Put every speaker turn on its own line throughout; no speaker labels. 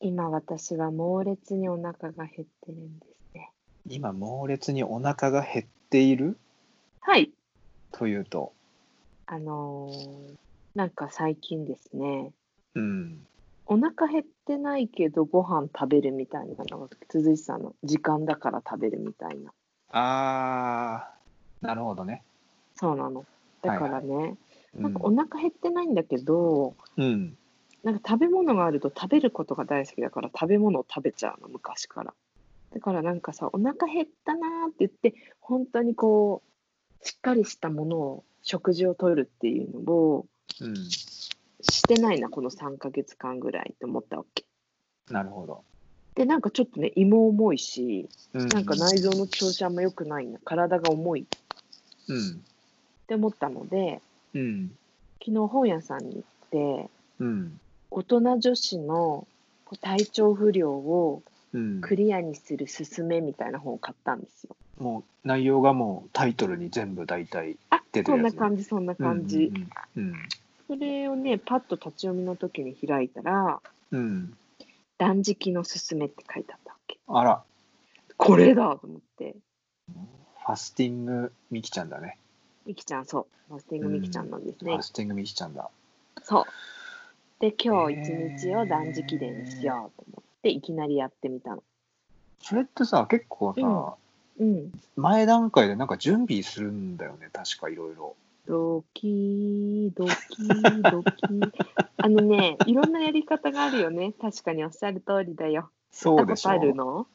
今私は猛烈にお腹が減ってるんですね。
今猛烈にお腹が減っている
はい。
というと、
あのーなんか最近ですね、
うん、
お腹減ってないけどご飯食べるみたいなのが続いてたの。時間だから食べるみたいな。
あーなるほどね。
そうなの。だからね、
う
なんかお腹減ってないんだけど、
うん、
なんか食べ物があると食べることが大好きだから食べ物を食べちゃうの昔からだからなんかさお腹減ったなーって言って本当にこうしっかりしたものを食事をとるっていうのを
うん、
してないなこの3ヶ月間ぐらいと思ったわけ
なるほど。
でなんかちょっとね胃も重いし
う
なんか内臓の調子あんま良くないな体が重いっ
うん、
て思ったので
うん、
昨日本屋さんに行って
うん、
大人女子のこう体調不良を
うん。
クリアにするすすめみたいな本を買ったんですよ。
もう内容がもうタイトルに全部大体
あ
出て
そ
る
んな
やつね
感じそんな感じ。。
うん、
それをねパッと立ち読みの時に開いたら
うん、うん
「断食のすすめ」って書いてあったわけ。
あら、
これだと思って。
ファスティングミキちゃんだね。
みきちゃんそうファスティングみきちゃんなんです
フ
ね。
ァスティングミキちゃんだ。
そう。で今日一日を断食デーにしようと思っていきなりやってみたの。
それってさ、結構さ、
うん。
前段階でなんか準備するんだよね、確かいろいろ。
ドキドキ ドキ。あのねいろんなやり方があるよね。確かにおっしゃる通りだよ。やっ
そ
た
う
こ
でし
とある
ょ。
の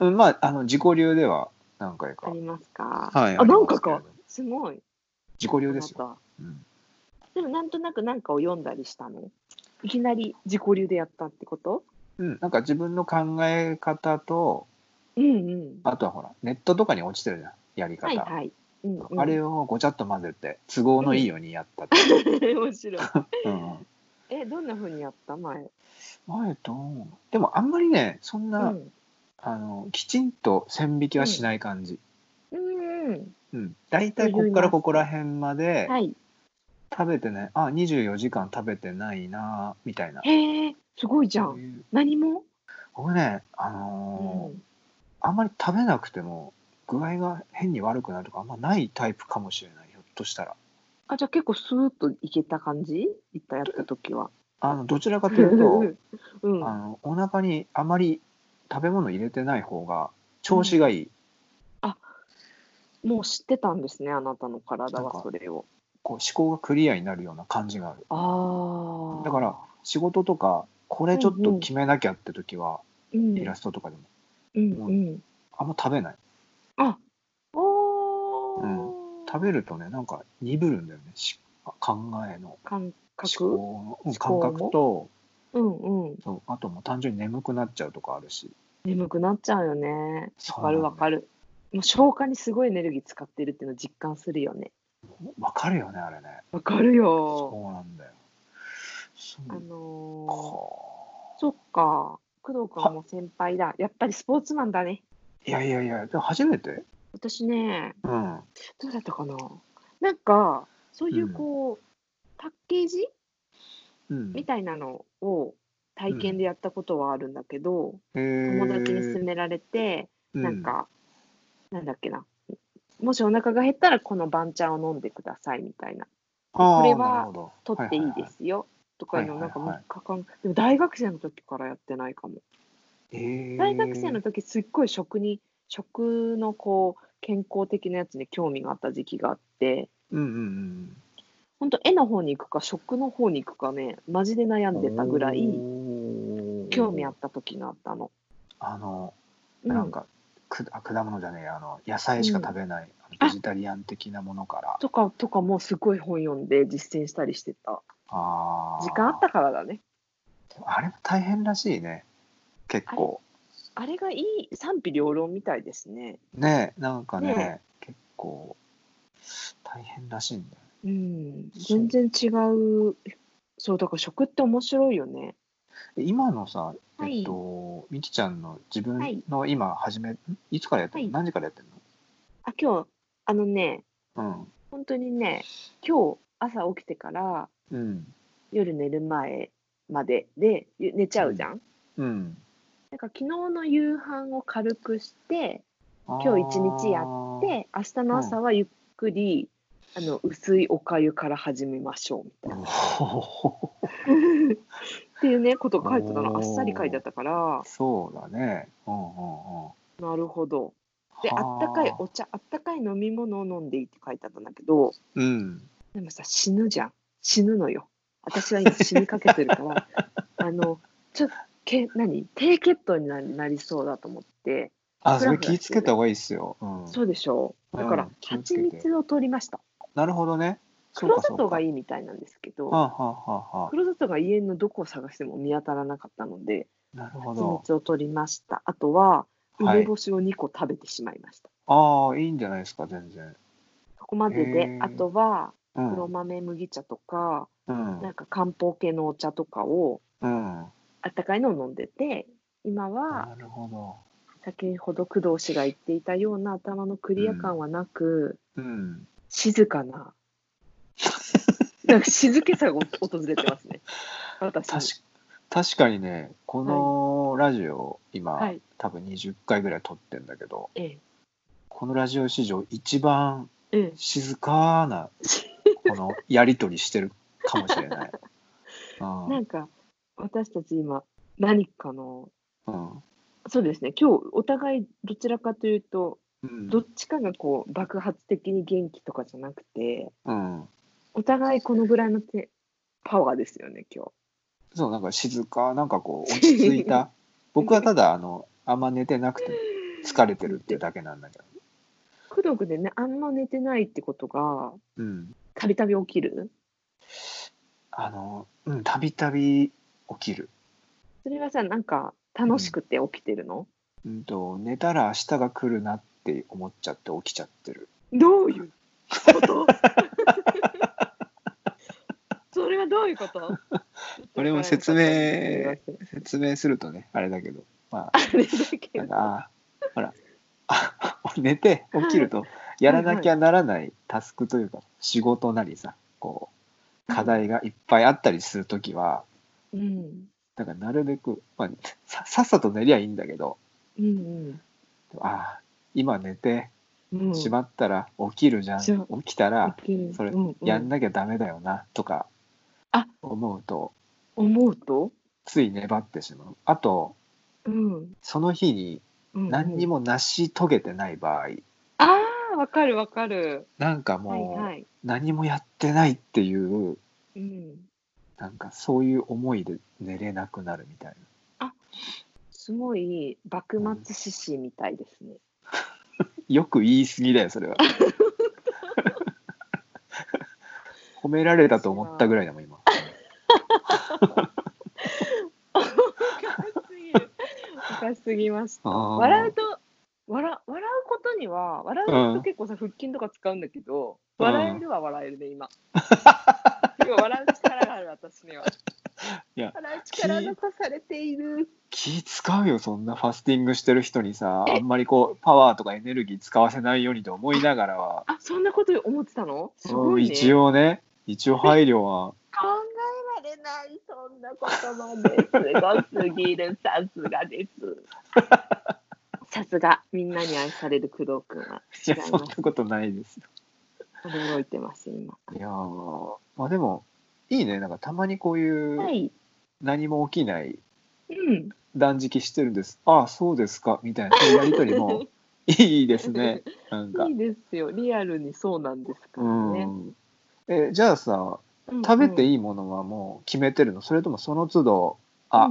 うん、まあ、あの自己流では何回か。
ありますか。
はい
あ、
あります
なんかか。すごい。
自己流ですよ。
あなた
うん、
でもなんとなくなんかを読んだりしたの。いきなり自己流でやったってこと？
うん、なんか自分の考え方と、
うんうん。
あとはほら、ネットとかに落ちてるじゃん、やり方。
はいはい。うんうん、
あれ
を
をごちゃっと混ぜて都合のいいようにやったっていう、
面白い。
うん
え、どんな風にやった前？
前とでもあんまりねそん
う
な、
ん。
あのきちんと線引きはしない感じ、
うんうん。
うん、大体ここからここら辺まで
はい。
食べてない、あ24時間食べてないなみたいな
へえ、すごいじゃ。
そうんいう
何も？
僕ねあ
う
のー
ん。
あんまり食べなくても具合が変に悪くなるとかあんまないタイプかもしれないひょっとしたら
あ、じゃあ結構スーッといけた感じ？いったやった時は。
あのどちらかというと
うん。
あ
あ
のお腹にあまり食べ物入れてない方が調子がいい、
もう知ってたんですね、あなたの体
なん
は
か
それを。
こう思考がクリアになるような感じがある
ああ。
だから仕事とかこれちょっと決めなきゃって時は、
うん、
イラストとかでも
うんうん。
あんま食べない
あおー、
食べるとねなんか鈍るんだよねし考えの
感
思
覚
考のうん
思考も
感覚と
うんうん
そうあともう単純に眠くなっちゃうとかあるし
眠くなっちゃうよね
そう
わか
なんだ
るわかるもう消化にすごいエネルギー使ってるっていうの実感するよね
わかるよねあれね
わかるよ
そうなんだよそう
あ
か
のー、そっか工藤君はもう先輩だやっぱりスポーツマンだね
いやいやいやでも初めて
私ね
うん
どうだったかななんかそういうこう、パッケージ
うん
みたいなのを体験でやったことはあるんだけど、友
友
達に勧められて、なんか、なんだっけな。もしお腹が減ったらこの番茶を飲んでくださいみたいな。これは取っていいですよ。とかいうのをなんか
はいはい
3
はい
日間、でも大学生の時からやってないかも。大学生の時すっごい食に、食のこう、健康的なやつに興味があった時期があって、
うんうん
本当絵の方に行くか食の方に行くかね、マジで悩
うん
んでたぐらい
おー
興味あった時があったの。
あの
う
なんか、くあ果物じゃねえやあの野菜しか食べない、あのベジタリアン的なものから
とか、とかもすごい本読んで実践したりしてた。
あー
時間あったからだね。
あれも大変らしいね結構
あれがいい賛否両論みたいですね。
ねなんかね
ね
結構大変らしいんだよ
うん、全然違う。そうだから食って面白いよね。
で今のさ、
はい
えっとみきちゃんの自
はい
分の今始め、んい、つからやってるの、
はい
何時からやってる
あ今日あのね
の
本当にね今日朝起きてから
うんうん
夜寝る前まででゆ寝ちゃうじゃん。
うん。
なんか昨日の夕飯を軽くして今日一日や
っ、
で明日の朝はゆっくり、あの薄いおかゆから始めましょうみたいな。
おー
っていうねこと書いてたの
お
あ
ー
っさり書いてあったから
そうだね。うんうんうん。
なるほどで
は
あったかいお茶あったかい飲み物を飲んでいいって書いてあったんだけど
うん。
でもさ死ぬじゃん死ぬのよ私は今死にかけてるから あのちょけ何低血糖にななりそうだと思って
あ、
フ
そ
ラ
れ
フラしてる
気ぃつけた方がいいっすよ。うん。
そうでしょうだから
うん気をつ
蜂
けて
蜜を取りました
なるほどね。
黒砂糖が
い。
いいみたいなんですけど
はあ、はあはあは
黒砂糖が家のどこを探しても見当たらなかったので
あ。なるほ
蜂
ど。
蜜を取りましたあとは
はい
梅干しを2個食べてしまいました、
ああ、いいんじゃないですか、全然。
そこまで
へ
で
ー
あとは
うん。
黒豆麦茶とか、
うん。
なんか漢方系のお茶とかを
うん。
あったかいのを飲んでて今は
なるほ
先ほど工藤氏が言っていたような頭のクリア感はなく、
ど。うん。
静か ななんか静けさが訪れてますね私
確か確かにね、このラジオ、今、
はい
多分20回ぐらい撮ってんだけど、
ええ
このラジオ史上一番
ええ
静かな、このやりとりしてるかもし れない。うん。
なんか私たち今何かの
うん
そうですね今日お互いどちらかというと
うん。
どっちかがこう爆発的に元気とかじゃなくて
うん。
お互いこのぐらいのてパワーですよね今
そう、なんか静か、なんかこう、落ち着い た。僕はただ、あの、あんま寝てなくて、疲れてるってだけなんだけど。
日工藤君でねあんま寝てないってことが
うん。
たびたび起きる
あの、うん、たびたび起きる。
それはさなんか楽しくて起きてるの、
うんと、寝たら明日が来るなって思っちゃって起きちゃってる。
どういうこと それはどういうこと
これも説明説明するとね、あれだけど、ま あ、
あれだけ
なん
ど
か、あーほら、あ 寝て起きると、やらなきゃならないタスクというか、仕事なりさ、こう、課題がいっぱいあったりするときは、
うん
だからなるべく、まあ、ささっさと寝りゃいいんだけど
うん
ああ今寝て
うんうん
しまったら起きるじゃん、
じゃあ
起きたら
できる
それ
うんうん
やんなきゃダメだよなとか
あ
思うと
思うと、
つい粘ってしまうあと
うんうん
その日に
うん、
何に
も
も成し遂げてない場合、
ああわかるわかる
なんか
はい
も
は
う
い、
何もやってないっていう
うん、
なんかそういう思いで寝れなくなるみたい
すごい幕末志士みたいですね、
なよく言い過ぎだよそ れは褒められたと思ったぐらいだもん今。
おかしすぎるおかしすぎました
あー
笑うと笑笑うことには笑うと結構さ、腹筋とか使うんだけど
うん
笑えるは笑えるね今今笑う力がある私にはい
や
笑う力が足されている
気使うよそんなファスティングしてる人にさあんまりこうパワーとかエネルギー使わせないようにと思いながらは、
あそんなこと思ってたのすごい、ね、
一応ね一応配慮は
考えられない、そんなことまで。すごすぎる、さすがです。 さすが、みんなに愛される工藤君は。
いや
違います
そんなことないですよ
驚いてます、今。
いやーまあでもいいねなんかたまにこう
は
いう
い。
何も起きない
うん。
断食してるんです、ああそうですかみたいなそういうやりとり もいいですねなんか
いいですよ、リアルにそうなんですか
う
らね。
んえじゃあさ食べて
い
いいものはもう決めてるのそれともその都度あ、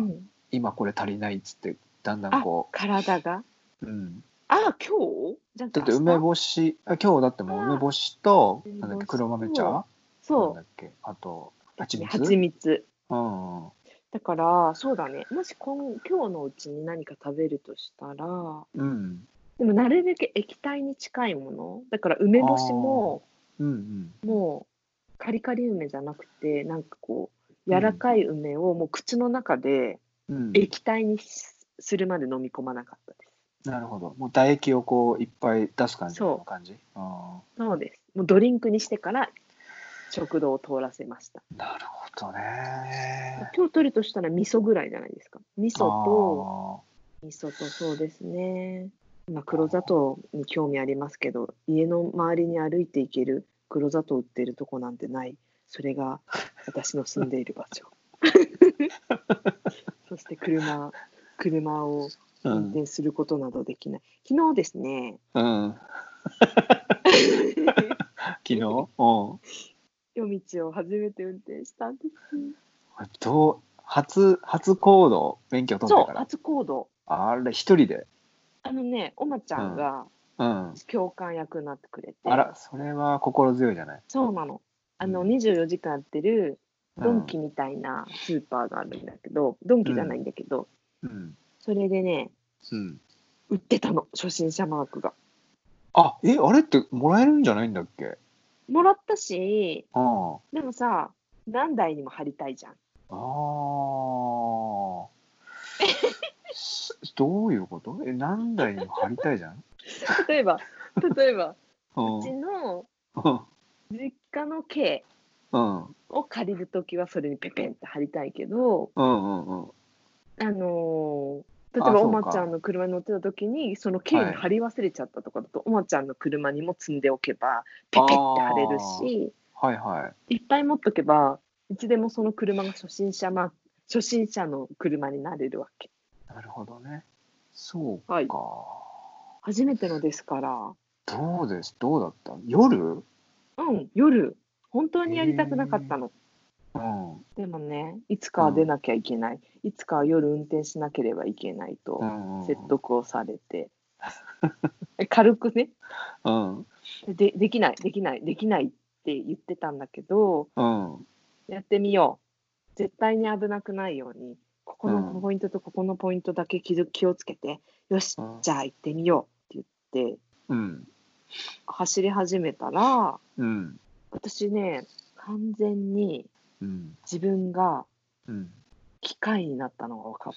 今これ足りないっつってだんだんこ
体が。
う、うん、
あ、今日じゃなく
だって梅
明日
干しあ今日だってもう
あ
梅干しと
梅干し
なんだっけ黒豆茶なん
そ
だっけあと蜂
う、
蜜
蜂蜜。
うんうん
だから、そうだね。もし今今日のうちに何か食べるとしたら、
うん
でもなるべく液体に近いもの。だから梅干しも、
うんうん
もうカリカリ梅じゃなくてなんかこう柔らかい梅をもう口の中で
うん
液体にしするまで飲み込まなかったで
なるほどもう唾液をこういっぱい出す感じ
そう
この感じあ
すそうですもうドリンクにしてから食道を通らせました
ーなるほとね。
今日取るとしたら味噌ぐらいじゃないですか。味噌と、
あ
味噌とそうですね。まあ、黒砂糖に興味ありますけど、家の周りに歩いていける黒砂糖売ってるとこなんてない。それが私の住んでいる場 所。そして車、車を
ーう
運
ん。
転することなどできない。昨日です ね。
うん。昨日うん。
夜道を初めて運転したんです。
どう初初行動免許取っ
そう
たから
初行動
あれ一人で
あのねおまちゃんが
うん
教官役になってくれて、
あらそれは心強いじゃない
そうなのあの
うん
24時間やってる
うん
ドンキみたいなスーパーがあるんだけどドンキじゃないんだけど、
うん、
それでね
うん、
売ってたの初心者マークが
あえあれってもらえるんじゃないんだっけ
もらったし
ああ
でもさ何台にも貼りたいじゃん
あーすどういうことえ何台にも貼りたいじゃん
例 えば例えば
うん
うちの
うん
実家の軽
うん
を借りる時はそれにペペンって貼りたいけど
うんうんうん
あのー例え
あ
ば
そ
お
うか
まちゃんの車に乗ってた時にその軽に貼り忘れちゃったとかだと、おまちゃんの車にも積んでおけばペペって貼れるし
はいはい
っぱい持っとけばいつでもその車が初心者ま初心者の車になれるわけ
いなるほどねそうか、
はい初めてのですから
どうですどうだった夜
うん夜本当にやりたくなかったの、
うん
でもねいつかは出なきゃいけない、いつかは夜運転しなければいけないと
うんうん
説得をされて、 え軽くね
うん
でできないできないできないって言ってたんだけど
うん
やってみよう絶対に危なくないようにここの
うん
ポイントとここのポイントだけ気づ気をつけて、よし
うん
じゃあ行ってみようって言って
うん
走り始めたら
うん
私ね完全に
うん
自分が
うん
機械になったのが分かっ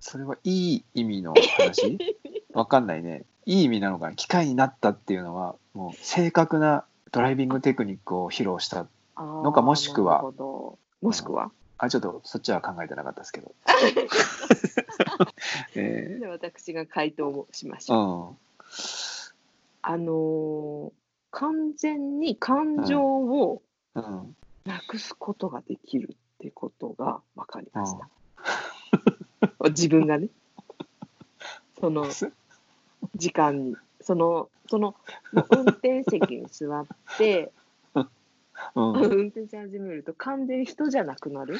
それはいい意味の話 わかんないねいい意味なのかな機械になったっていうのはもう正確なドライビングテクニックを披露した
た。あー
なんかもしくは
なるほどもしくは、
あちょっとそっちは考えてなかったですけど え
で私が回答をしまし
ー、
ょう。
うん
あのー完全に感情を、
うん
なくすことができるってことが分かりました。自分がね、その
す
時間に、その、その、もう運転席に座って、
うんうんうん
運転し始めると完全に人じゃなくなる。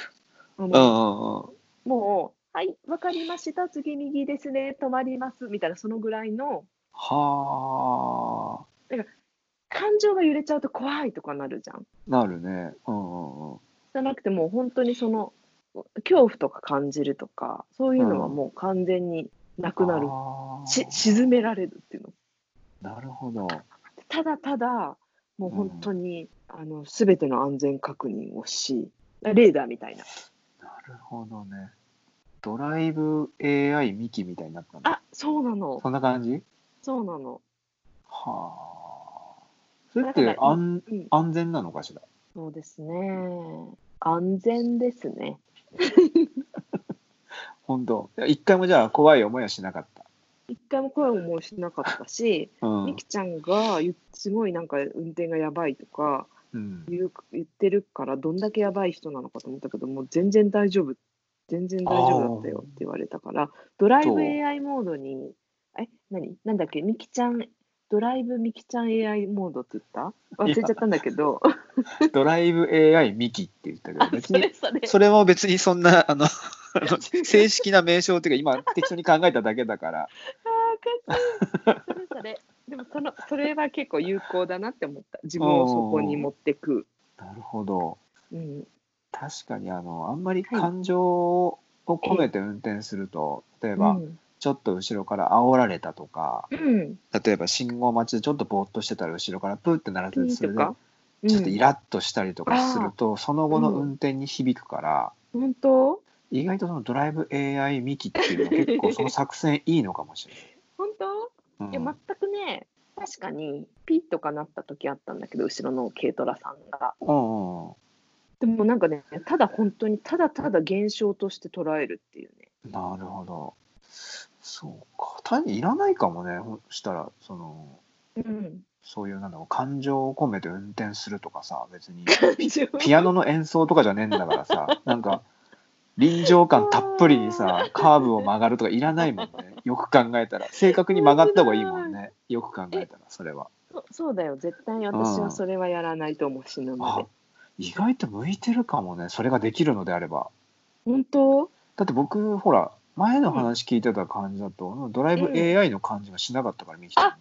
あ
う
の
んうん
もう、はい、分かりました、次右ですね、止まります、みたいな、そのぐらいの、
はあ
感情が揺れちゃうと怖いとかなるじゃん。
なるねうんうん
じゃなくてもう本当にその恐怖とか感じるとかそういうのはもう完全になくなる、
あー
し沈められるっていうの
なるほど
ただただもう本当に、あの全ての安全確認をしレーダーみたいな
なるほどね。ドライブ AI ミキみたいになったんだ。
あそうなの
そんな感じ
そうなの、
はあ。それっ
だ
て
から
安
うん、
安全なのかしら
そうですね安全ですね
本当いや一回もじゃあ怖い思いはしなかっ
一回も声をもうしなかったし、
た。う
み
ん
き。ちゃんが言すごいなんか運転がやばいとか、
うん、
言う言ってるからどんだけやばい人なのかと思ったけどもう全然大丈夫全然大丈夫だったよって言われたからドライ
そう
ブ AI モードにえ何なんだっけみきちゃんドライブみきちゃん AI モードって言った忘れちゃったんだけど
ドライブ AI ミキって言ったけ ど、
あ
別
そ
に、
れそれ
それも別にそんな、 あの、あの正式な名称っていうか、今適当に考えただけだから、
あーおかしいそれそれでもそのそれは結構有効だなって思った自分をそこに持ってく、
なるほど。
うん、
確かに、あの、あんまり感情を込めて運転すると、例え
う
ば、
ん、
ちょっと後ろから煽られたとか、
うん、
例えば信号待ちでちょっとぼーっとしてたら後ろからプーって鳴らせ
ピ
て
ン
それ
と
で
か、うん、
ちょっとイラッとしたりとかすると、その後の運転に響くから、
本当
意外とそのドライブ AI ミキっていうのは結構その作戦いいのかもしれ
本当
ない。
いや全くね確かにピッとかなった時あったんだけど後ろの軽トラさんが
うんうんうん
でもなんかね、ただ本当にただただ現象として捉えるっていうね。
なるほど。そうか。単にいらないかもね。ほしたら、その、
うん。
そういう、なんだろう、感情を込めて運転するとかさ、別に、ピ
ピ
アノの演奏とかじゃねえんだか らさ、なんか、臨場感たっぷりにさ、カーブを曲がるとかいらないもんね。よく考えたら。正確に曲がった方がいいもんね。よく考えたら、それは。
そうだよ、絶対に私はそれはやらないと思う、死ぬま
あ
で。、
意外と向いてるかもね。それができるのであれば。
本当
だって僕ほら前の話聞いてた感じだと、ドライブ
うん
AI の感じがしなかったから、ミキちゃんが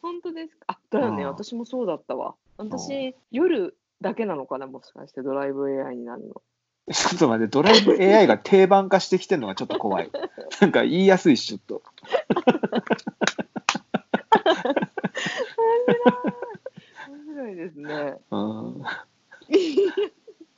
本当ですかあ、だよね、
うん
私もそうだったわ。
そ
私、夜だけなのかな、もしかしてドライブ AI になるの。
ちょっと待ってドライブ AI が定番化してきてるのがちょっと怖いなんか言いやすいしちょっと
面白いですね。
うん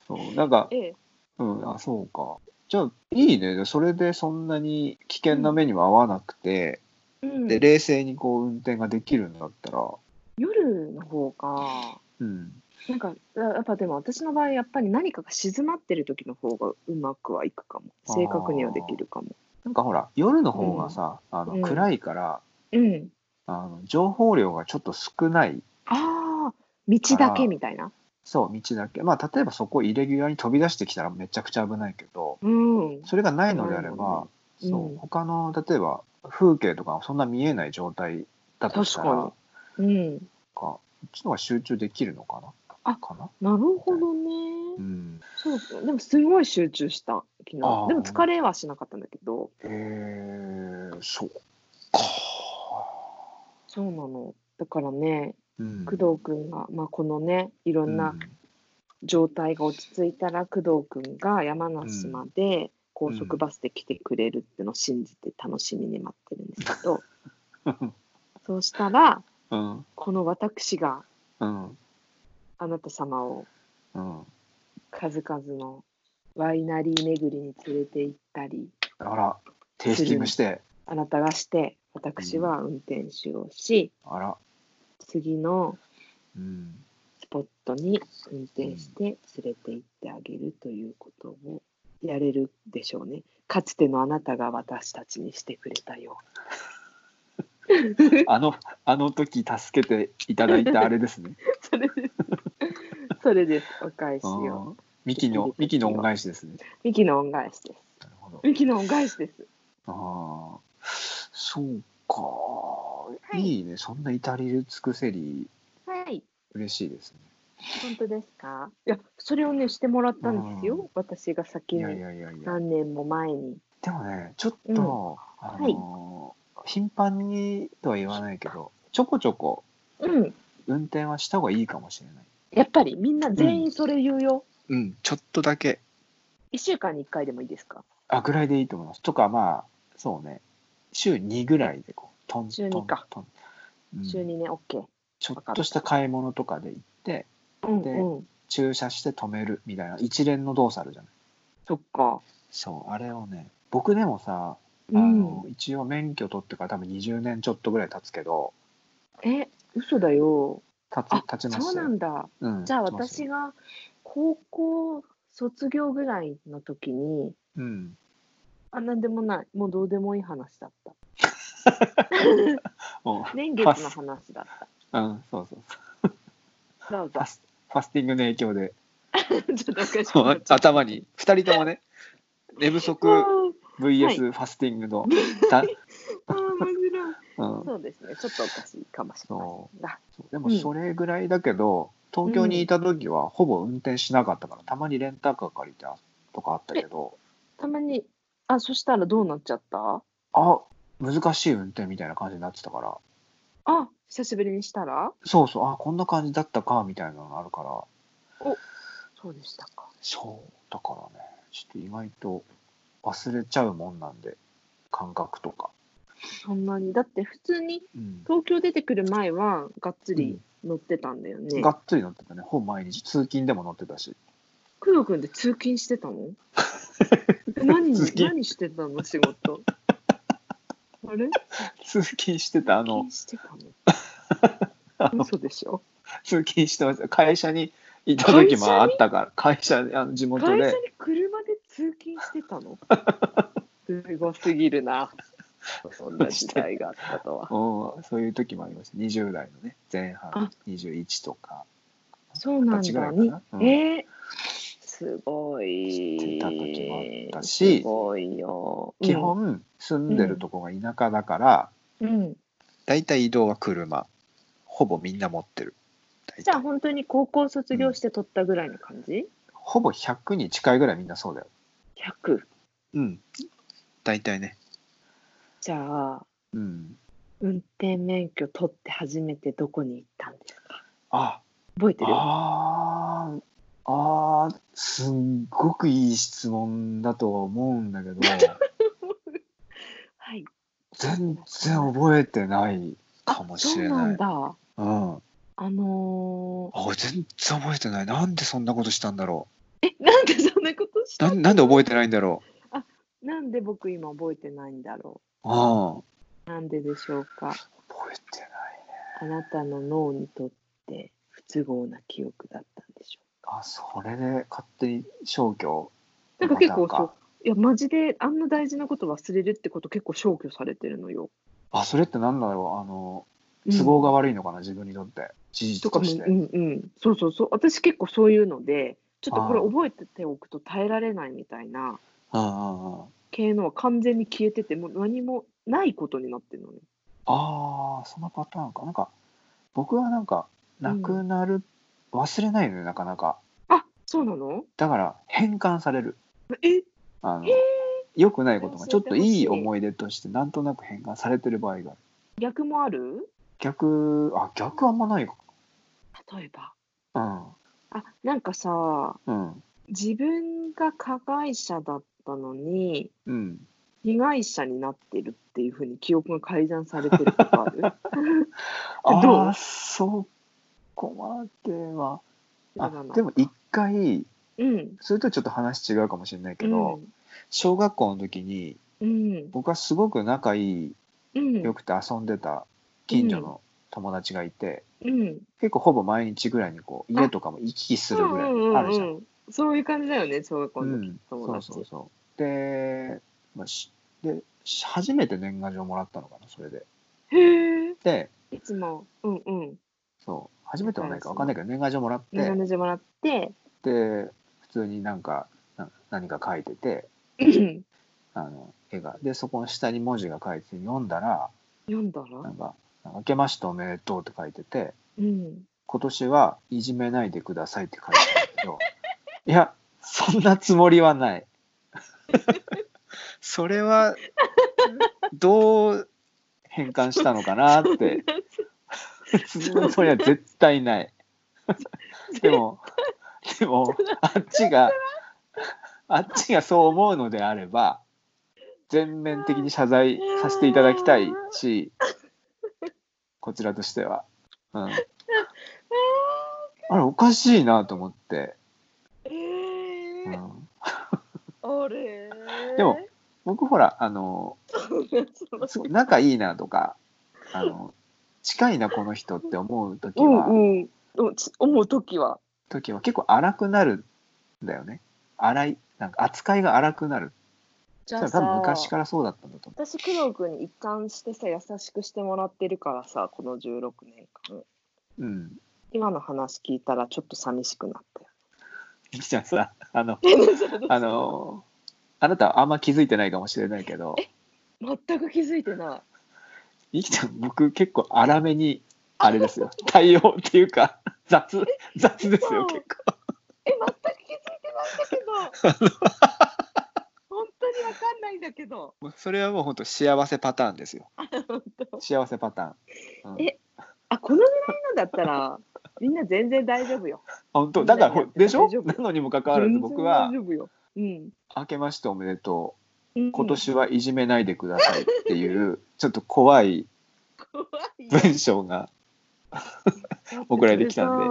そうなんか
ええ、
うんあそうかじゃあいいねそれでそんなに危険な目には合わなくて、
うん、
で冷静にこう運転ができるんだったら
夜の方か。
うん
なんかあやっぱでも私の場合やっぱり何かが静まってる時の方がうまくはいくかも
あー
正確にはできるかも
なんかほら夜の方がさ、あ
うん
の暗いから、
うん
あの情報量がちょっと少ない
ああ道だけみたいな
そう、道だけ。まあ、例えばそこイレギュラーに飛び出してきたらめちゃくちゃ危ないけど、
うん
それがないのであれば、
うん
そうう、
ん
他の、例えば風景とかそんな見えない状態だとしたら、
確かにうん
かこっちの方が集中できるのかな
あ
かな
なるほど
う
ね
ん。
そうでもすごい集中した昨日で
あー
も疲れはしなかったんだけど
えー、そうか。
そうなのだからね
うん。
工藤君が、まあ、このねいろんな状態が落ち着いたら工藤君が山梨まで高速バスで来てくれるってのを信じて楽しみに待ってるんですけど、
うん。
そうしたら
うん。
この私が
うん。
あなた様を
うん。
数々のワイナリー巡りに連れて行ったり
あら、テイスティングして、
あなたがして私は運転手をし、
あら、
次の
うん。
スポットに運転して連れて行ってあげるということをやれるでしょうね。かつてのあなたが私たちにしてくれたよ
あの、あの時助けていただいたあれですね。
う。それです。それです。お返しを。
うんミキの、ミキの恩返しですね。
ミキの恩返しです。
なるほど。
ミキの恩返しです。
ああ、そうか。
い
いいね。そんな至り尽くせり、
はい。
嬉しいですね。
本当ですかいや、それをね、してもらったんですよ。
うん
私が先
い
に
やいやいやいや。
何年も前に。
でもね、ちょっと、あのー頻繁にとは言わないけど、ちょこちょこ
うん。
運転はした方がいいかもしれない。
やっぱりみんな全員それ言うよ。
うん、ちょっとだけ。
1週間に1回でもいいですか
あ、ぐらいでいいと思います。とか、まあ、そうね。週2ぐらいでこう、トン
週
ト
二
ン
か
トン。うん
週にね、OK。
ちょっとした買い物とかで行って、
うん
で
うん。
駐車して止めるみたいな一連の動作あるじゃない。
そっか。
そう、あれをね、僕でもさ、
う
あ
ん
の、一応免許取ってから多分20年ちょっとぐらい経つけど、
え、嘘だよ。
経
あ
つ、経ちます
そうなんだ。
うん
じゃあ
経ちます
私が高校卒業ぐらいの時に、
うん。
あ、なんでもない。もうどうでもいい話だった。
おうん、
年月の話だっ
そうそうそう。
た。どう
フ
ぞ
ァ。スファスティングの影響で、
ちょっとおかしく
そ
なっ
う
ちゃった
頭に、二人ともね、寝不
あー
足 VS ファスティングの、た
あー面白い。
うん、
そうですね、ちょっとおかしいかもしれませんが。
そうでもそれぐらいだけど、東京にいた時はほぼ運転しなかったから、たまにレンタカー借りたとかあったけど、
たまに、あ、そしたらどうなっちゃった
あ、難しい運転みたいな感じになってたから、
あ、久しぶりにしたら
そうそう、あ、こんな感じだったか、みたいなのがあるから、
そうでしたか。
そう、だからね、ちょっと意外と忘れちゃうもんなんで、感覚とか。
そんなに。だって普通に
うん。
東京出てくる前はがっつり乗ってたんだよね。
がっつり乗ってたね、ほぼ毎日、通勤でも乗ってたし。
工藤君って通勤してたの何に
通勤
何してたの仕事。あれ
通勤してた、あの
通勤、してたの
あの
嘘でしょ
通勤してました。会社にいた時もあったから会社であの地元
会社
で
に車で通勤してたのすごすぎるなそんな時代があったとは
おそういう時もありました20代のね前
あ
半21とか
そうなん
二十
だ
歳
に
ぐらいかなうん
えーすごい
知ってた時もあったし
すごいよ
基、本住んでるとこが田舎だから、
うんうん
だいたい移動は車ほぼみんな持ってる大
じゃあ
体
本当に高校卒業して取ったぐらいの感じ、
ほぼ100に近いぐらいみんなそうだよ
100
うん大体ね
じゃあ
うん
運転免許取って初めてどこに行ったんですか
あ
覚えてる
あーあーすんごくいい質問だとは思うんだ けど
はい
全然覚えてないかもしれ
あそう
な
ないんだ
うん、あ
あの
全然覚えてないなんでそんなことしたんだろ
ー、えなんでそんなことし
う
た
なんなんで覚えてないんだろ
なんで僕今覚えてないんだろ
う、うん、
うなんででしょうか
覚えてない
あなたの脳にとって不都合な記憶だったんでしょ
あそれで勝手に消去
うなんか結構
パターン
そういやマジであんな大事なこと忘れるってこと結構消去されてるのよ、
あそれってなんだろうあの
うん
都合が悪いのかな、自分にとって事
とか
実と
も
して、
うんうんそうそうそう私結構そういうのでちょっとこれ
あー
覚えてておくと耐えられないみたいな
うんうんうん
系のは完全に消えててもう何もないことになってるのね
ああそのパターンかなんか僕はなんかなくなる、忘れないのよなかなか
あそうなの
だから変換される
え
あの
へー
良くないことがち
教
ょ
えほ
ってと
しい
いい思い出としてなんとなく変換されてる場合がある
逆もある
逆あ逆あんまないか
例えば
うん
あなんかさ
うん
自分が加害者だったのに
うん
被害者になってるっていうふうに記憶が改ざんされてることある
あ
どう
ーそこまではあ
そうなの
でも一回
うん
それとちょっと話違うかもしれないけど、小学校の時に
うん
僕はすごく仲いい
うん
よくて遊んでた近所の友達がいて、
うん
結構ほぼ毎日ぐらいにこう
あ
家とかも行き来するぐらいあるじゃ。
うんうううそういう感じだよね小学校
う
の
ん、
友
そう
達
そうそう。で,、まあ、しでし初めて年賀状もらったのかなそれで。
へえ
で
いつもうんうん
そう初めてはないか分かんないけど年賀状もらって
長
で
ネジもら って
普通になんかな何か書いてて
うん
あの絵がでそこの下に文字が書いてて読んだら
読んだ
な
ら
んか「明けましておめでとう」って書いてて。
うん
今年はいじめないでくださいって書いてあるんだけど いやそんなつもりはない それはどう変換したのかなってそんなつもりは絶対ない でもでもあっちがあっちがそう思うのであれば全面的に謝罪させていただきたいしこちらとしては、うん、あれおかしいなと思って、
え
う
え
ん、
あれ
でも僕ほらあのすごい仲いいなとかあの近いなこの人って思う時
う
は、
んうんおち思う時は
時は結構荒くなるんだよね荒いなんか扱いが荒くなる
じゃ
それ
あ
は
さ
多分昔からそうだったんだと思
私工藤君に一貫してさ優しくしてもらってるからさこの16年間
ううん
今の話聞いたらちょっと寂しくなっ たよ
みきちゃんさあのあ
あ
のあなたはあんま気づいてないかもしれないけど
全く気づいてない
みきちゃん僕結構荒めにあれですよ対応っていうか雑雑ですよ
そう
結構。
え全く気づいてないんだけど本当にわかんないんだけど
もうそれはもう本当幸せパターンですよ。
本当
幸せパターン。うん
えあこのぐらいのだったらみんな全然大丈夫よ
本当だからほでしょ
大丈夫
なのにもかかわらず
全然
僕は
大丈夫ようん
「明けましておめでと
うん
う今年はいじめないでください」っていうちょっと怖い
怖いよ
文章 が送られてきたんで
だって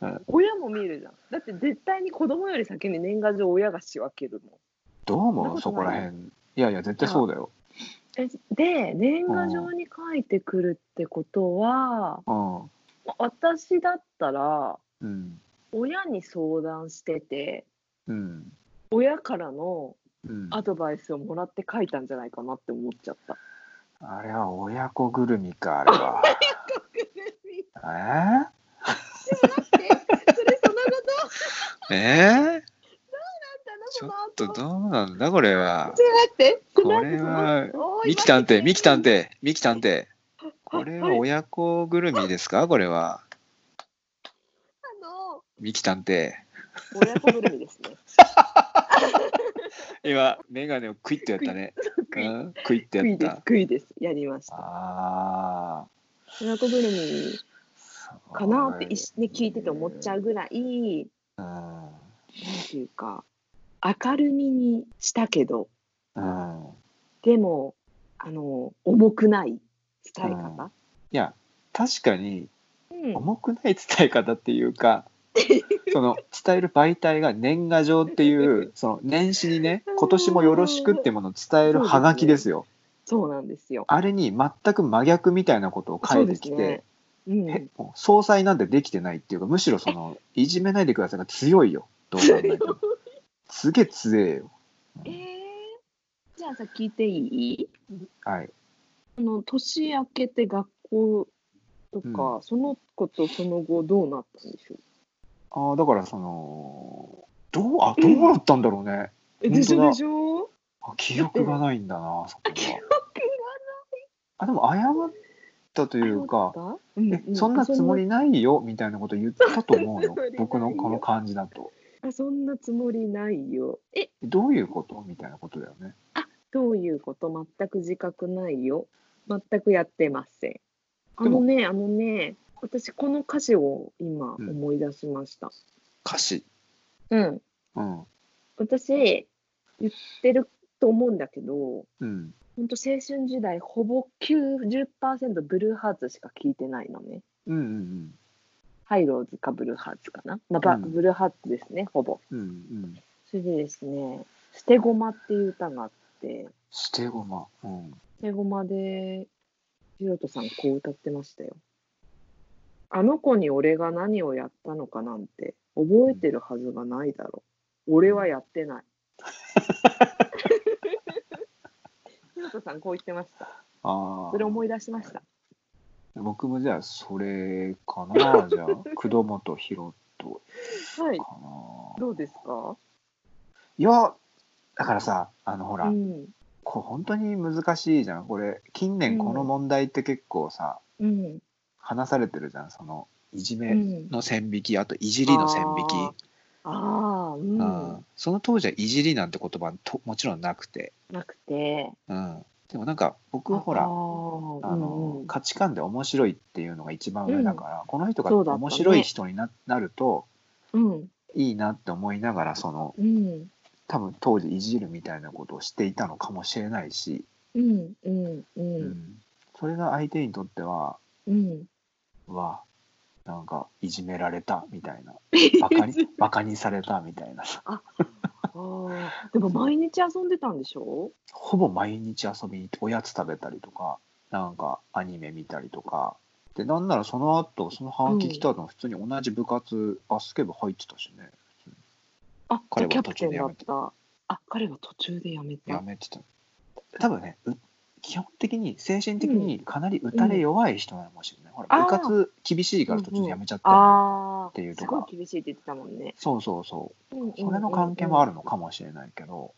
それさ
うん
親も見るじゃんだって絶対に子供より先に年賀状親が仕分けるもん
どう思
な
う
こと
そ
な
こ
い
らへんいやいや絶対そうだよ。
えで年賀状に書いてくるってことは、
うん
まあ私だったら
うん
親に相談してて
うん。
親からの
うん、
アドバイスをもらって書いたんじゃないかなって思っちゃ った。
あれは親子ぐるみか、あ れは。
それその後
えー、えー、ち
そ
ょっ
の
とどうなんだこれは。
待って
これはミキ探偵、ミキ探
偵
偵、ミキ探偵。これは親子ぐるみですかこれは。ミキ探偵。
親子ぐるみですね。
今、メガネをクイッとやったね。
クイ
うんクイッと
ク
や
イ
っ
です
た。
クイですやりました。
あ
親子ぐるみ
あ。
かなって一ね聞いてて思っちゃうぐらい
うん。
なんていうか明るみにしたけど
うん。
でもあの重くない伝え方。
いや、確かに
うん
重くない伝え方ってい うか、その伝える媒体が年賀状って いう、その年始にね、今年もよろしくってものを伝えるハガキですよ。
そうなんですよ。
あれに全く真逆みたいなことを書いてき
そうで
て、
すね。うん
え。もう総裁なんてできてないっていうかむしろそのいじめないでくださいが強いよどう考えてもすげえ強えよ
えー、じゃあさ聞いていい
はい
あの年明けて学校とか、その子とその後どうなったんでしょう
あーだからそのどうあどうなったんだろうね
え
本
でし
当
ょ
だ
でしょ
あ記憶がないんだなそこはあでも謝ったと
と
いうか、
うん
えそんなつもりないよみたいなこと言ったと思う
そ
よ
んなつもりないよ
僕のこの感じだと
あそんなつもりないよえ
どういうことみたいなことだよね
どういうこと全く自覚ないよ全くやってませんあのねあのね私この歌詞を今
うん
思い出しました
歌詞
うん
うん
私言ってると思うんだけど
うん
本当青春時代ほぼ90%ブルーハーツしか聴いてないのね
うんうん
ハイローズかブルーハーツかな、まあば
うん
ブルーハーツですねほぼ
うんうんうん
それでですね「捨て駒」っていう歌があって
捨て駒うん
捨て駒でひろとさんこう歌ってましたよあの子に俺が何をやったのかなんて覚えてるはずがないだろう俺はやって ないひろとさんこう言ってました
ああ
それ思い出しました
僕もじゃあそれ かなじゃあ工藤本博人
はい
かな
どうですか
いやだからさあのほら、
うん
こう本当に難しいじゃんこれ近年この問題って結構さ、
うん
話されてるじゃんそのいじ
う
め
ん、
の線引きあといじりの線引き
あーああ、う、
うんんその当時はいじりなんて言葉ともちろんなくて、
なくて。
うん、でもなんか僕ほ
あ
ら
ー
あの、価値観で面白いっていうのが一番上だから、この人が
そうだったね
面白い人にな,、なると
うんうん、
いいなって思いながらその
うん、
多分当時いじるみたいなことをしていたのかもしれないし、
うん、うん、う、
うんんそれが相手にとっては
うん。
わなんかいじめられたみた いなバカにバカにされたみたいな
ああ、でも毎日遊んでたんでしょ
ほぼ毎日遊びに行っておやつ食べたりとかなんかアニメ見たりとかでなんならその後その反撃来たの普通に同じ部活バスケ部入ってたしね。
あ、
彼は
じゃあキャプテンだっ
途中で
た。あ、彼は途中でやめ
や
た。
めてた。多分ね、う基本的に精神的にかなり打たれ弱い人なのかもしれない。ほ
あ
ら
ー
部活厳しいから途中でやめちゃったり、
ああ、
ていうと
す
か
ごい厳しいって言ってたもんね。
そうそうそ
うんうんうん
う。それの関係もあるのかもしれないけど、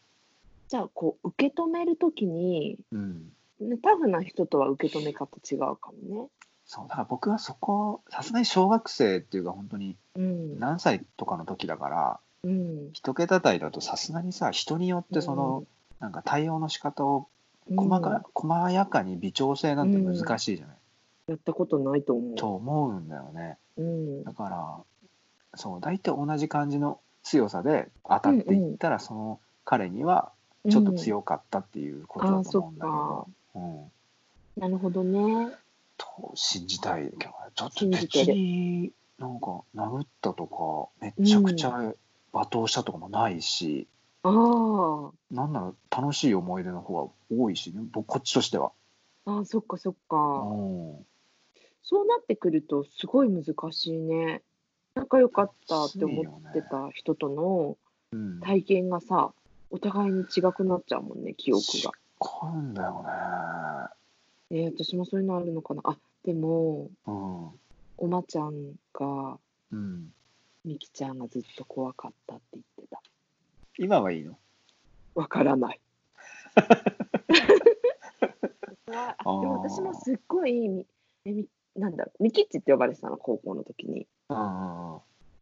じゃあ、こう受け止めるときに、
うん。
ね、タフな人とは受け止め方違うかも
そうだから僕はそこさすがに小学生っていうか本当に
ね。うん、
何歳とかの時だから
うん。
一桁台だとさすがにさ人によってその、なんか対応の仕方を
うん、
細か、細やかに微調整なんて難しいじゃない、
やったことないと思う。
と思うんだよね。
うん
だからそう大体同じ感じの強さで当たっていったら、その彼にはちょっと強かったっていうことだと思うんだけど、うん
うんなるほどね。
と信じたいけどねだって
信じてる
別になんか殴ったとかめちゃくちゃ罵倒したとかもないし、
あー
なんなら楽しい思い出の方が多いしね、僕こっちとしては。
あー、そっかそっ
う
か。
ん
そうなってくるとすごい難しいね。仲良かったって思ってた人との
うん。
体験がさお互いに違くなっちゃうもんね記憶が。
こんだよね。
えー、私もそういうのあるのかなあでも
うん。
おまちゃんが
うん。
みきちゃんがずっと怖かったって言ってた
今はいいの
わからないあでも私もすっごいみえみなんだろうミキッチって呼ばれてたの高校の時に
うん。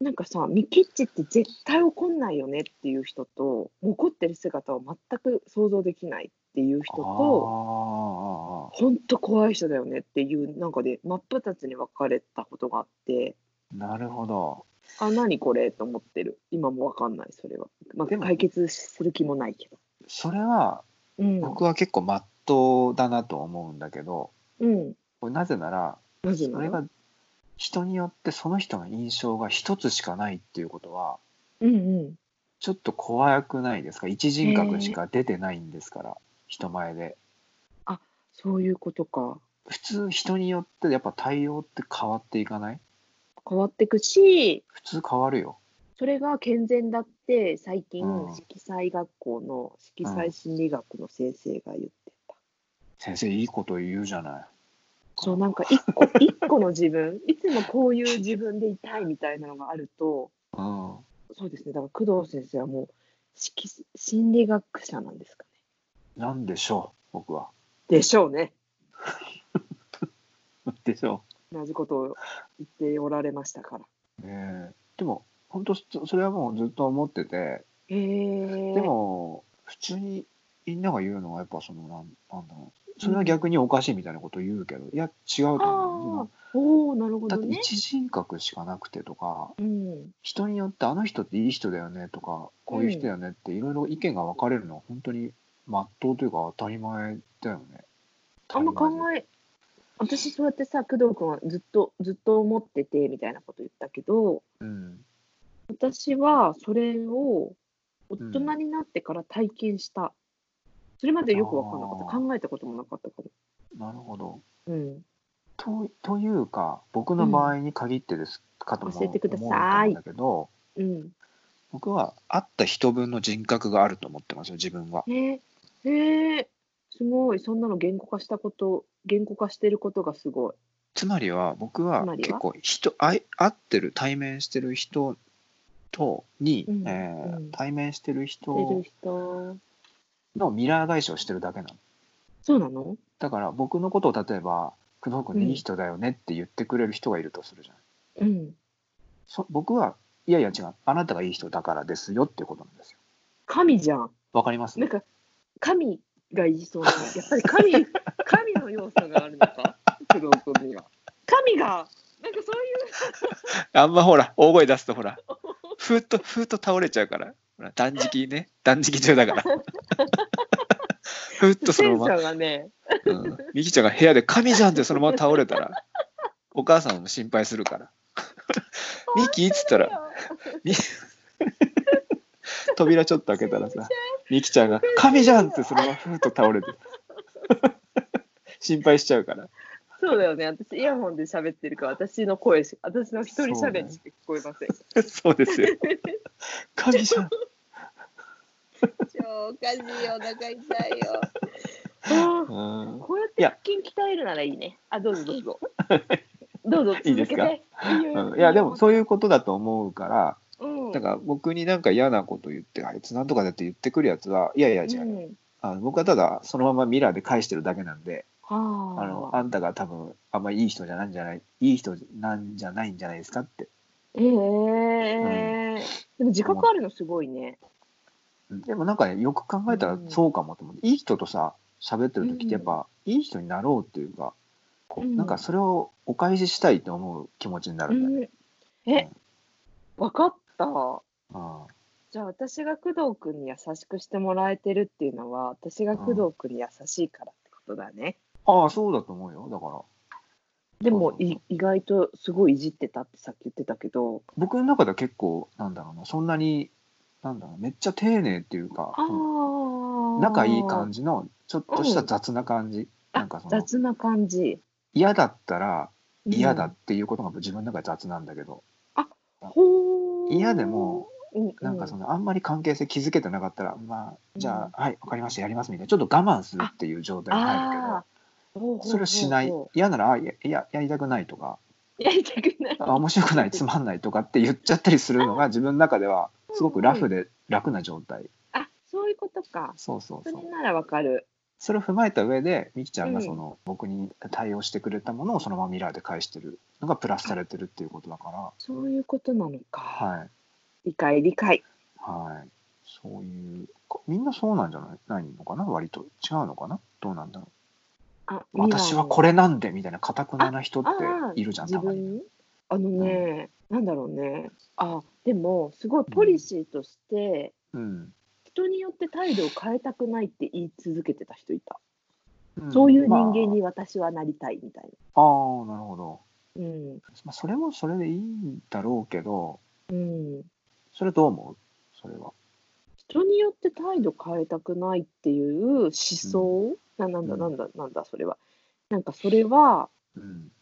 なんかさミキッチって絶対怒んないよねっていう人と怒ってる姿を全く想像できないっていう人と
と、
本当怖い人だよねっていうなんかで真っ二つに分かれたことがあって
なるほど。
あ、何これと思ってる。今もわかんない、それは。ま
で
あ、
も
解決する気もないけど。
それは
うん。
僕は結構まっとうだなと思うんだけど、
うん。
これなぜなら
なぜ
そ
な
れ
ら。
が人によってその人の印象が一つしかないっていうことは
うんうん。
ちょっと怖くないですか一人格しか出てないんですから人前で
そういうことか。
普通人によってやっぱ対応って変わっていかない
変わっていくし、
普通変わるよ
それが健全だって、最近
うん、
色彩学校の色彩心理学の先生が言ってた。
先生いいこと言うじゃない
そう、なんか、一 個、一個の自分、いつもこういう自分でいたいみたいなのがあると、
うん
そうですね、だから工藤先生はもう、色心理学者なんですかね。
なんでしょう僕は
でしょうね。
でしょ
同じことを言っておられましたから。
う、ねえでも本当そそれはもうずっと思ってて
へえ
でも普通にみんなが言うのはやっぱそのなんなんだろうそれは逆におかしいみたいなこと言うけど、いや違うと
あ
思う
あ、おお、なるほ
だ
ど
って
ね。
一人格しかなくてとか
うん、
人によってあの人っていい人だよねとかこういう人だよねっていろいろ意見が分かれるのは本当にまっとうというか当たり前だよね。
あんま考え、私そうやってさ、工藤君はずっとずっと思っててみたいなこと言ったけど、
うん、
私はそれを大人になってから体験した。それまでよく分かんなかった。
あー
考えたこともなかったか
なるほど
ら。うん。
とというか僕の場合に限ってです、かとも
教え
思
てください
うんだけど
うん。
僕は会った人分の人格があると思ってますよ自分は。
ねえ、へえ、すごい。そんなの言語化したこと、言語化してることがすごい。
つまりは僕は
つまりは
結構人会い会ってる対面してる人とに、
うん
えー
うん
対面してる
してる
人
人。
のミラー返しをしてるだけなの
そうなの
だから僕のことを例えば「工藤
う
君
ん
いい人だよね」って言ってくれる人がいるとするじゃない、
うん。
そ僕はいやいや違うあなたがいい人だからですよっていうことなんですよ
神じゃん。
わかります
なんか神が言いそうな、やっぱり神神の要素があるのか、工藤君には。神が、なんかそういう、
あんまほら大声出すとほらふーっとふーっと倒れちゃうからほら断食ね断食中だからふーっとそ
セ
の
ン
ま
サ
ま
ーがね、
うんミキちゃんが部屋で「神じゃん!」ってそのまま倒れたらお母さんも心配する から「ミキ」っつったら扉ちょっと開けたらさミキちゃんが「神じゃん!」ってそのままふーっと倒れて心配しちゃうから
そうだよね、私、イヤホンで喋ってるから、私の声し、私の一人喋りしか聞こえません。
そうです よ「神じゃん!
超おかしいよ、お腹痛いよ。あ」あ
うん
こうやっ
いや
て腹筋鍛えるならいいね。あ、どうぞどうぞ。どうぞ、続けて。
いいですか
いいよ
うんいやでも、そういうことだと思うから
うん、
だから僕になんか嫌なこと言って「あいつなんとかだ」って言ってくるやつはいやいや違う、
うん、
あの僕はただそのままミラーで返してるだけなんで
あ
あの、あんたが多分、あんまりいい人じゃないんじゃない、いい人なんじゃないんじゃないですかって。
ええでも自覚あるのすごいね。
でもなんかね、よく考えたら
うん
そうかもと思って、いい人とさ、喋ってる時ってやっぱ、いい人になろうっていうか、こう
うん
なんかそれをお返ししたいと思う気持ちになるんだよね。
うんえ、わかった。
うん
じゃあ私が工藤君に優しくしてもらえてるっていうのは、私が工藤君に優しいからってことだね。
ああ、そうだと思うよ。だか
で
ら、
も
そうそう
い意外とすごいいじってたってさっき言ってたけど、
僕の中では結構、なんだろうな、そんなに、なんだろう、めっちゃ丁寧っていうか、
あ
仲いい感
じ。
じの、ちょっとした雑な感じ。なんかその、
雑な感じ。
嫌だったら、嫌だ
う
っ
ん
ていうことが自分の中で雑なんだけど、
あほー
嫌でも、
うんうん、
なんかそのあんまり関係性築けてなかったら、まあじゃあ、はい分かりましたやりますみたいなちょっと我慢するっていう状態になるけど
あーほうほうほうほう
それをしない嫌ならあいやいややりたくないとか
やりたくない。
あ面白くないつまんないとかって言っちゃったりするのが自分の中ではすごくラフで楽な状態
あそういうことか。
そうそう
そ
そう
れならわかる。
それを踏まえた上でみきちゃんが
うん
その、僕に対応してくれたものをそのままミラーで返してるのがプラスされてるっていうことだから
そういうことなのか。
はい
理解理解。
はいそういうこみんなそうなんじゃないないのかな割と違うのかなどうなんだろ
あ
う私はこ
れ
れなんでみたいなかたくなな人っ
ああ
ているじゃん
自
たまに。
分あのね、なんだろうね。あでもすごいポリシーとして、
うん
人によって態度を変えたくないって言い続けてた人いた。そういう人間に
ま
私はなりたいみたい
あ、ああなるほど、
な。うん
まあ、それもそれでいいんだろうけど
うん。
それどう思うそれは
人によって態度変えたくないっていう思想、ななんだ
うん
なんだなんだそれはなんかそれは
うん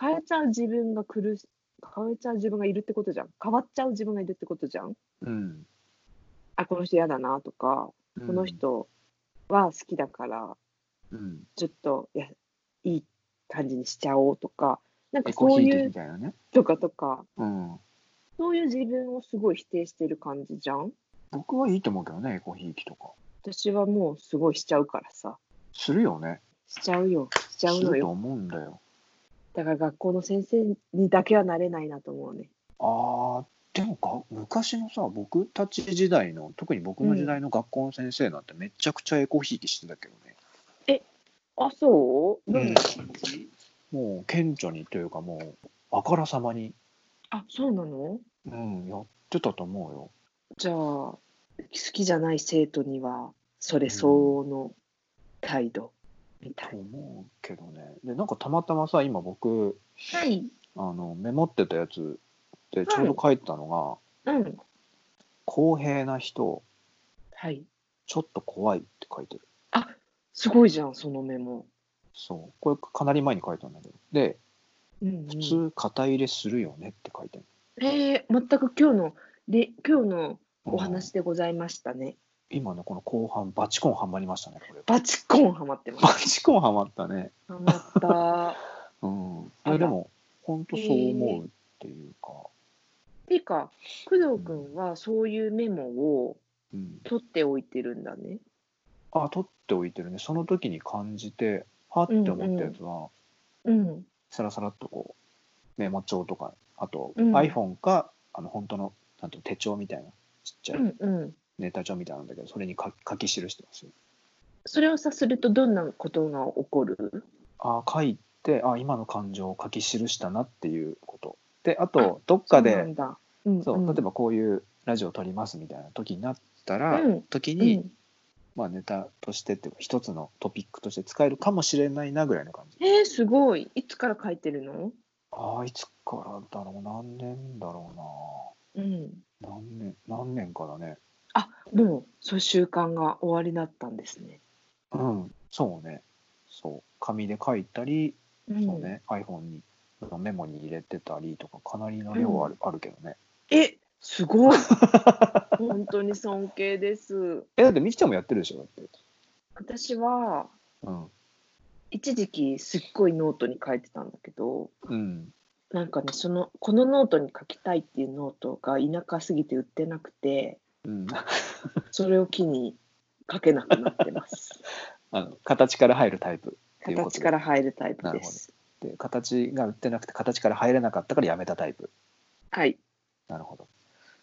変えちゃう自分が苦し変えちゃう自分がいるってことじゃん変わっちゃう自分がいるってことじゃん
うん
あこの人嫌だなとかこの人は好きだから
うん
ちょっといやいい感じにしちゃおうとかなんか
エコ
そう
ひい
い
きみ
う
たいなね
とかとか
うん
そういう自分をすごい否定してる感じじゃん
僕はいいと思うけどねエコひいきとか
私はもうすごいしちゃうからさ
するよね
しちゃうよしちゃう
す
の
ると
よ
思うんだよ
だから学校の先生にだけはなれないなと思うね。
あーでもか昔のさ僕たち時代の特に僕の時代の学校の先生なんてめちゃくちゃエコひいきしてたけどね、
あ、そう、
うん
ん、
もう顕著にというかもうあからさまに、
あ、そうなの
うん、やってたと思うよ
じゃあ、好きじゃない生徒には、それ相応の態度みた
と
いな。
思うけどねでなんかたまたまさ今僕
はい。
あのメモってたやつでちょうど書いてたのが、
うん。
公平な人
はい。
ちょっと怖いって書いてる
すごいじゃん、そのメモ。
そうこれかなり前に書いたんだけどで
うん、
普通肩入れするよねって書いてある、
ええ全く今日の、で、今日のお
う
話
ん
でございましたね。
今ねこの後半バチコンハマりましたねこれ
バチコンハマってます。
バチコンハマったね
ハマった。
うん
あら
えでも本当そう思うっていうか、
ていうか、工藤君はそういうメモを
うん、
取っておいてるんだね。
あ取っておいてるねその時に感じてはって思ったやつは、
うん。
さらさらっとこうメモ帳とかあと、
うん
iPhone かあの本当のなんていうの手帳みたいなちっちゃ
う
い
んうん。
ネタ帳みたいなんだけど、それに書き書き記してますよ
それをさするとどんなことが起こる
あー書いてあー今の感情を書き記したなっていうことであとどっかで
そうなんだ、うん
そう例え
ば
ばこういうラジオを撮りますみたいな時になったら、
うん
時
う
に、
ん、
まあ、ネタとしてっていうか一つのトピックとして使えるかもしれないなぐらいの感じ
えー、すごいいつから書いてるの
ああいつからだろう何年だろ
うん
うな何年何年かだね
あもうそういう習慣が終わりだったんですね、
うんそうねそう紙で書いたり、
うん
そうね iPhone にメモに入れてたりとかかなりの量はある,、あるけどね
えすごい本当に尊敬です
えだってみきちゃんもやってるでしょだって
私は
うん
一時期すっごいノートに書いてたんだけど
うん
なんかねそのこのノートに書きたいっていうノートが田舎すぎて売ってなくて
うん、
それを機に書けなくな ってます
あの形から入るタイプっていうことで
形から入るタイプ
なる
で
ほど
す。
で形が売ってなくて形から入れなかったからやめたタイプ
はい。
なるほど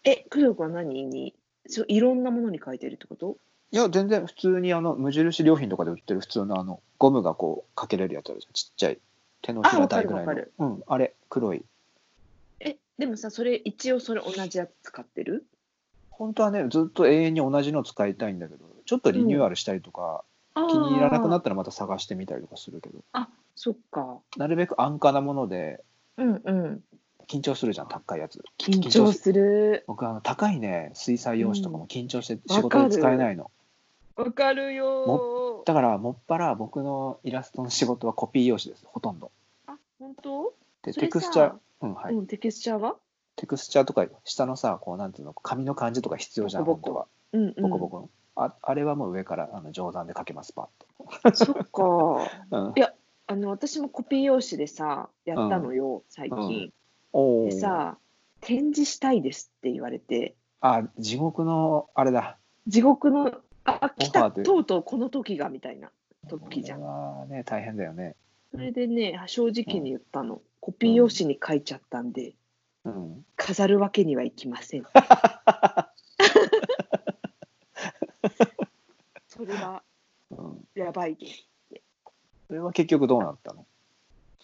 え、工藤君は何にそういろんなものに書いてるってこと
いや全然普通にあの無印良品とかで売ってる普通のあのゴムがこうかけれるやつあるじゃんちっちゃい手のひら大ぐらい
あわか
の
る
うんあれ黒い
え、でもさ、それ一応それ同じやつ使ってる
本当はねずっと永遠に同じの使いたいんだけどちょっとリニューアルしたりとか、
気。
気に入らなくなったたらまた探してみたりとかするけど
あ、そっか。
なるべく安価なもので
うんうん。
緊張するじゃん高いやつ
緊張する。
僕あの高いね水彩用紙とかも緊張して
うん
仕事で使えないの、
わかるよー。
だからもっぱら僕のイラストの仕事はコピー用紙ですほとんど
あ、本当
で
それ
テ
さ
クスチャー、うんはい
うん、テクスチャーは
テテクスチャーとか下のさこうなんていうの紙の感じとか必要じゃん
ボ
本
コ
当
ボ
は
うんうん、
ボコボコの、ああれはもう上からあの上段で書けますパ
そっか。
ッと、うん
いやあの私もコピー用紙でさやったのよ、最近。
おー
でさ展示したいですって言われて
あ地獄のあれだ
地獄のあ来
オファ
た
ーという
とうとうこの時がみたいな時じゃん。
これはね大変だよね
それでね正直に言ったの、コピー用紙に書いちゃったんで、
うん
飾るわけにはいきま せん。それは
うん
やばいです。
それは結局どうなったの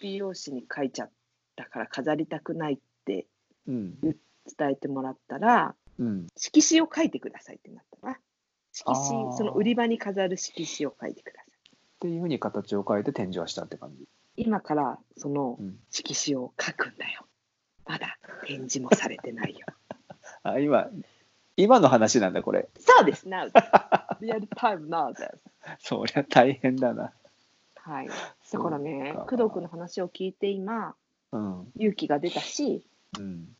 美容師に書いちゃったから飾りたくないって
うん
伝えてもらったら
うん
色紙を書いてくださいってなったな色
あー
紙その売り場に飾る色紙を書いてくださ
っていうふうに形を変えて展示はしたって感じ、
い今からその
うん、
色紙を書くんだよまだ展示もされてない よ
あ今今の話なんだこれ
そうです now リアルタイム now です
そりゃ大変だな
はいだからね
そう
工
か
藤君の話を聞いて今
うん
勇気が出たし
うん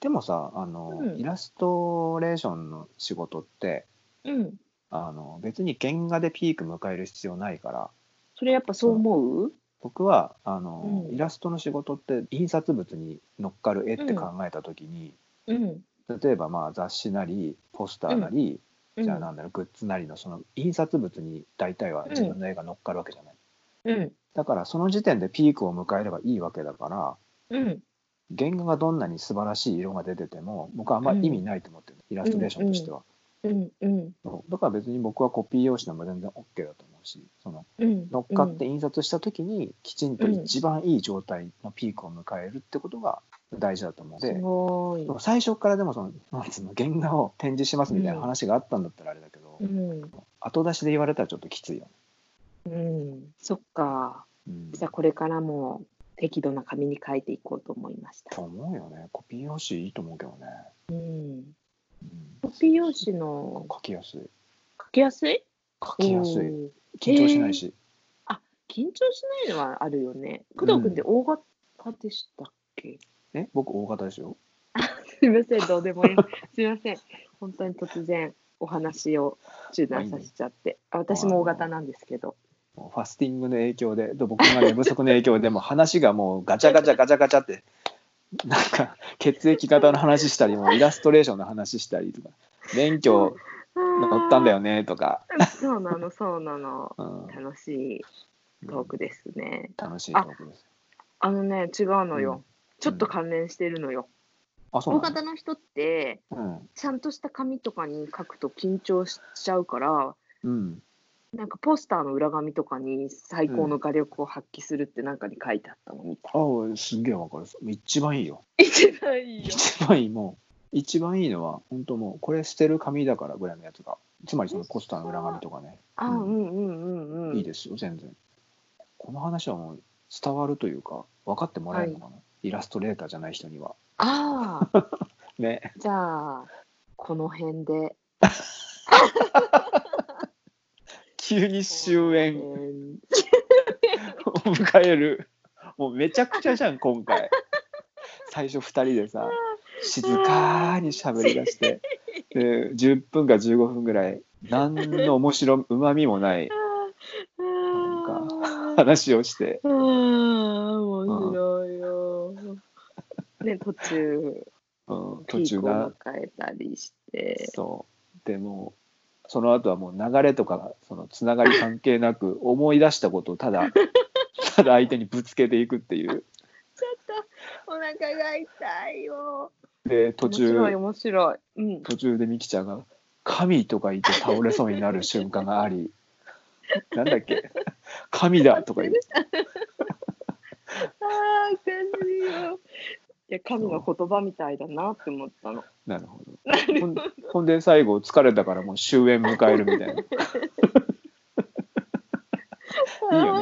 でもさあの、
うん
イラストレーションの仕事って
うん
あの別に原画でピーク迎える必要ないから
それやっぱそう思う
僕はあの、
うん
イラストの仕事って印刷物に乗っかる絵って考えた時に、
うん
例えばまあ雑誌なりポスターなり、じゃあなんだろうグッズなりのその印刷物に大体は自分の絵が乗っかるわけじゃない、
うん
だからその時点でピークを迎えればいいわけだか
う
ら
ん
原画がどんなに素晴らしい色が出てても僕はあんまり意味ないと思ってる、イラストレーションとしては。
うんうん
そうだから別に僕はコピー用紙でも全然 OK だと思うしその
うん
乗っかって印刷した時にきちんと一番いい状態のピークを迎えるってことが大事だと思うの
す
で、
ごい
でも最初からでもそのなんつうの原画を展示しますみたいな話があったんだったらあれだけど、
うん
後出しで言われたらちょっときついよね。
うん、そっか。
うん
じゃあこれからも適度な紙に書いていこうと思いました
と。思うよねコピー用紙いいと思うけどね、
うん、
うん
コピー用紙の
書きやすい
書きやすい
書きやすい
うん
緊張しないし、
緊張しないのはあるよね。工藤君って大型でしたっけ、
え僕大型ですよ
すいません、どうでもい い。すいません。本当に突然お話を中断させちゃって。あ私も大型なんですけど。
もうファスティングの影響でと僕が寝不足の影響でもう話がもうガチャガチャガチャガチャってなんか血液型の話したりもうイラストレーションの話したりとか免許乗ったんだよねとか、
あー。そうなの、そうなの。
うん、
楽しいトークですね。
楽しいトークです
あのね、違うのよ。ちょっと関連してるのよ。
あそう
大
なの
型の人ってちゃんとした紙とかに書くと緊張しちゃうから
うん、うん、
なんかポスターの裏紙とかに最高の画力を発揮するってなんかに書いてあったの見た、
あおすげえわかる一番いいよ
一番いいよ
一番いいもう一番いいのは本当もうこれ捨てる紙だからぐらいのやつがつまりそのポスターの裏紙とかね
あう
うん
んうんうんうん
いいですよ全然この話はもう伝わるというか分かってもらえるのかな、イラストレーターじゃない人には
ああ
ね
じゃあこの辺で
急に終
え
焉
ー
を迎えるもうめちゃくちゃじゃん今回最初2人 でさ静かに喋りだしてで10分か15分ぐらい何の 面白うまみもない
あ
なん
ー
話をして
あー面白いよね途中
うん、
ピ
途中
ークを
が
迎えたりして
そうでもうその後はもう流れとかそのつながり関係なく 思い出したことを ただただ相手にぶつけていくっていう
ちょっとお腹が痛いよ。
で途中
面白い面白い。うん。
途中でみきちゃんが「神」とか言って倒れそうになる瞬間が ありなんだっけ「神だ」とか言って
ああー、悔しいよ。いや、神の言葉みたいだなって思ったの。
なるほどほんほんで最後疲れたからもう終焉迎えるみたいな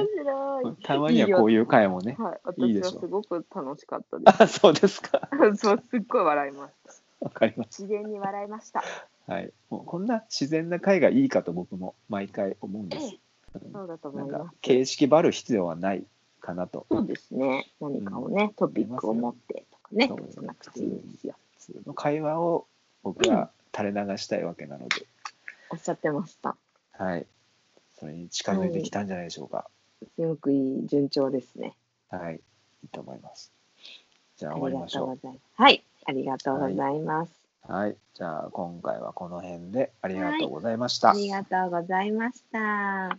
いいよ
面
ね
白い。
たまにはこういう回もね
はい、私
いいで
は
しょ
すごく楽しかったで
あそうですか
す。 そう、すっごい笑いまし
わかりました
た。自然に笑いました。
はい、もうこんな自然な回がいいかと僕も毎回思うんで
え
す
え。そうだと
な
思
ん
い
か
ます。
形式ばる必要はないかなと。
そうですね。何かをね、トピックを持ってとかね
そう、
じゃなくていいんですよ。
通の会話を僕は垂れ流したいわけなので、
おっしゃってました。
はい。それに近づいてきたんじゃないでしょうか。
すごくいい順調ですね。
はい。いいと思います。じゃあ
あ
終わ
り
り
が
まし
とうご
ょ
ざいます。はい、ありがとうございます。
う。はい。じゃあ今回はこの辺でありがとうございました。
ありがとうございました。